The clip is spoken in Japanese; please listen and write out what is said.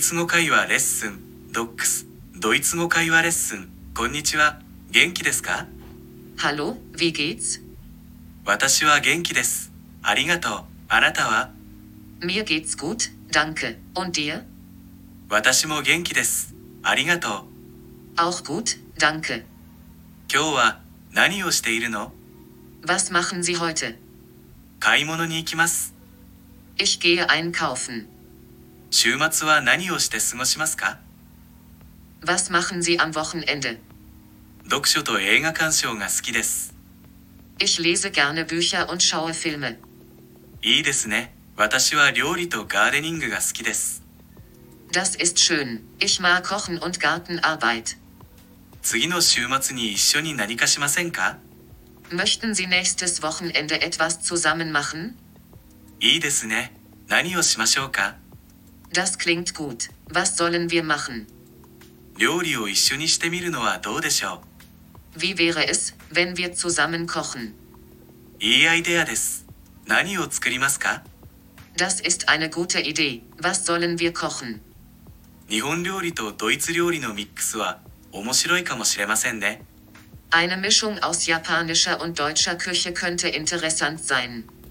ツ語会話レッスン、ドックス。ドイツ語会話レッスン、こんにちは。元気ですか Hallo, wie geht's? 私は元気です。ありがとう。あなたは Mir geht's gut, danke. Und dir? 私も元気です。ありがとう。 Auch gut, danke. 今日は何をしているの Was machen Sie heute? 買い物に行きます。 Ich gehe einkaufen. 週末は何をして過ごしますか Was machen Sie am Wochenende? 読書と映画鑑賞が好きです。 Ich lese gerne Bücher und schaue Filme. いいですね。私は料理とガーデニングが好きです。 Das ist schön. Ich mag Kochen und Gartenarbeit. 次の週末に一緒に何かしませんか Möchten Sie nächstes Wochenende etwas zusammen machen? いいですね。何をしましょうか Das klingt gut. Was sollen wir machen? 料理を一緒にしてみるのはどうでしょ Wie wäre es, wenn wir zusammen kochen? ういいアイデアです。何を作りますか Das ist eine gute Idee. Was sollen wir kochen? 日本料理とドイツ料理のミックスは面白いかもしれませんね。 Eine Mischung aus japanischer und deutscher Küche könnte interessant sein.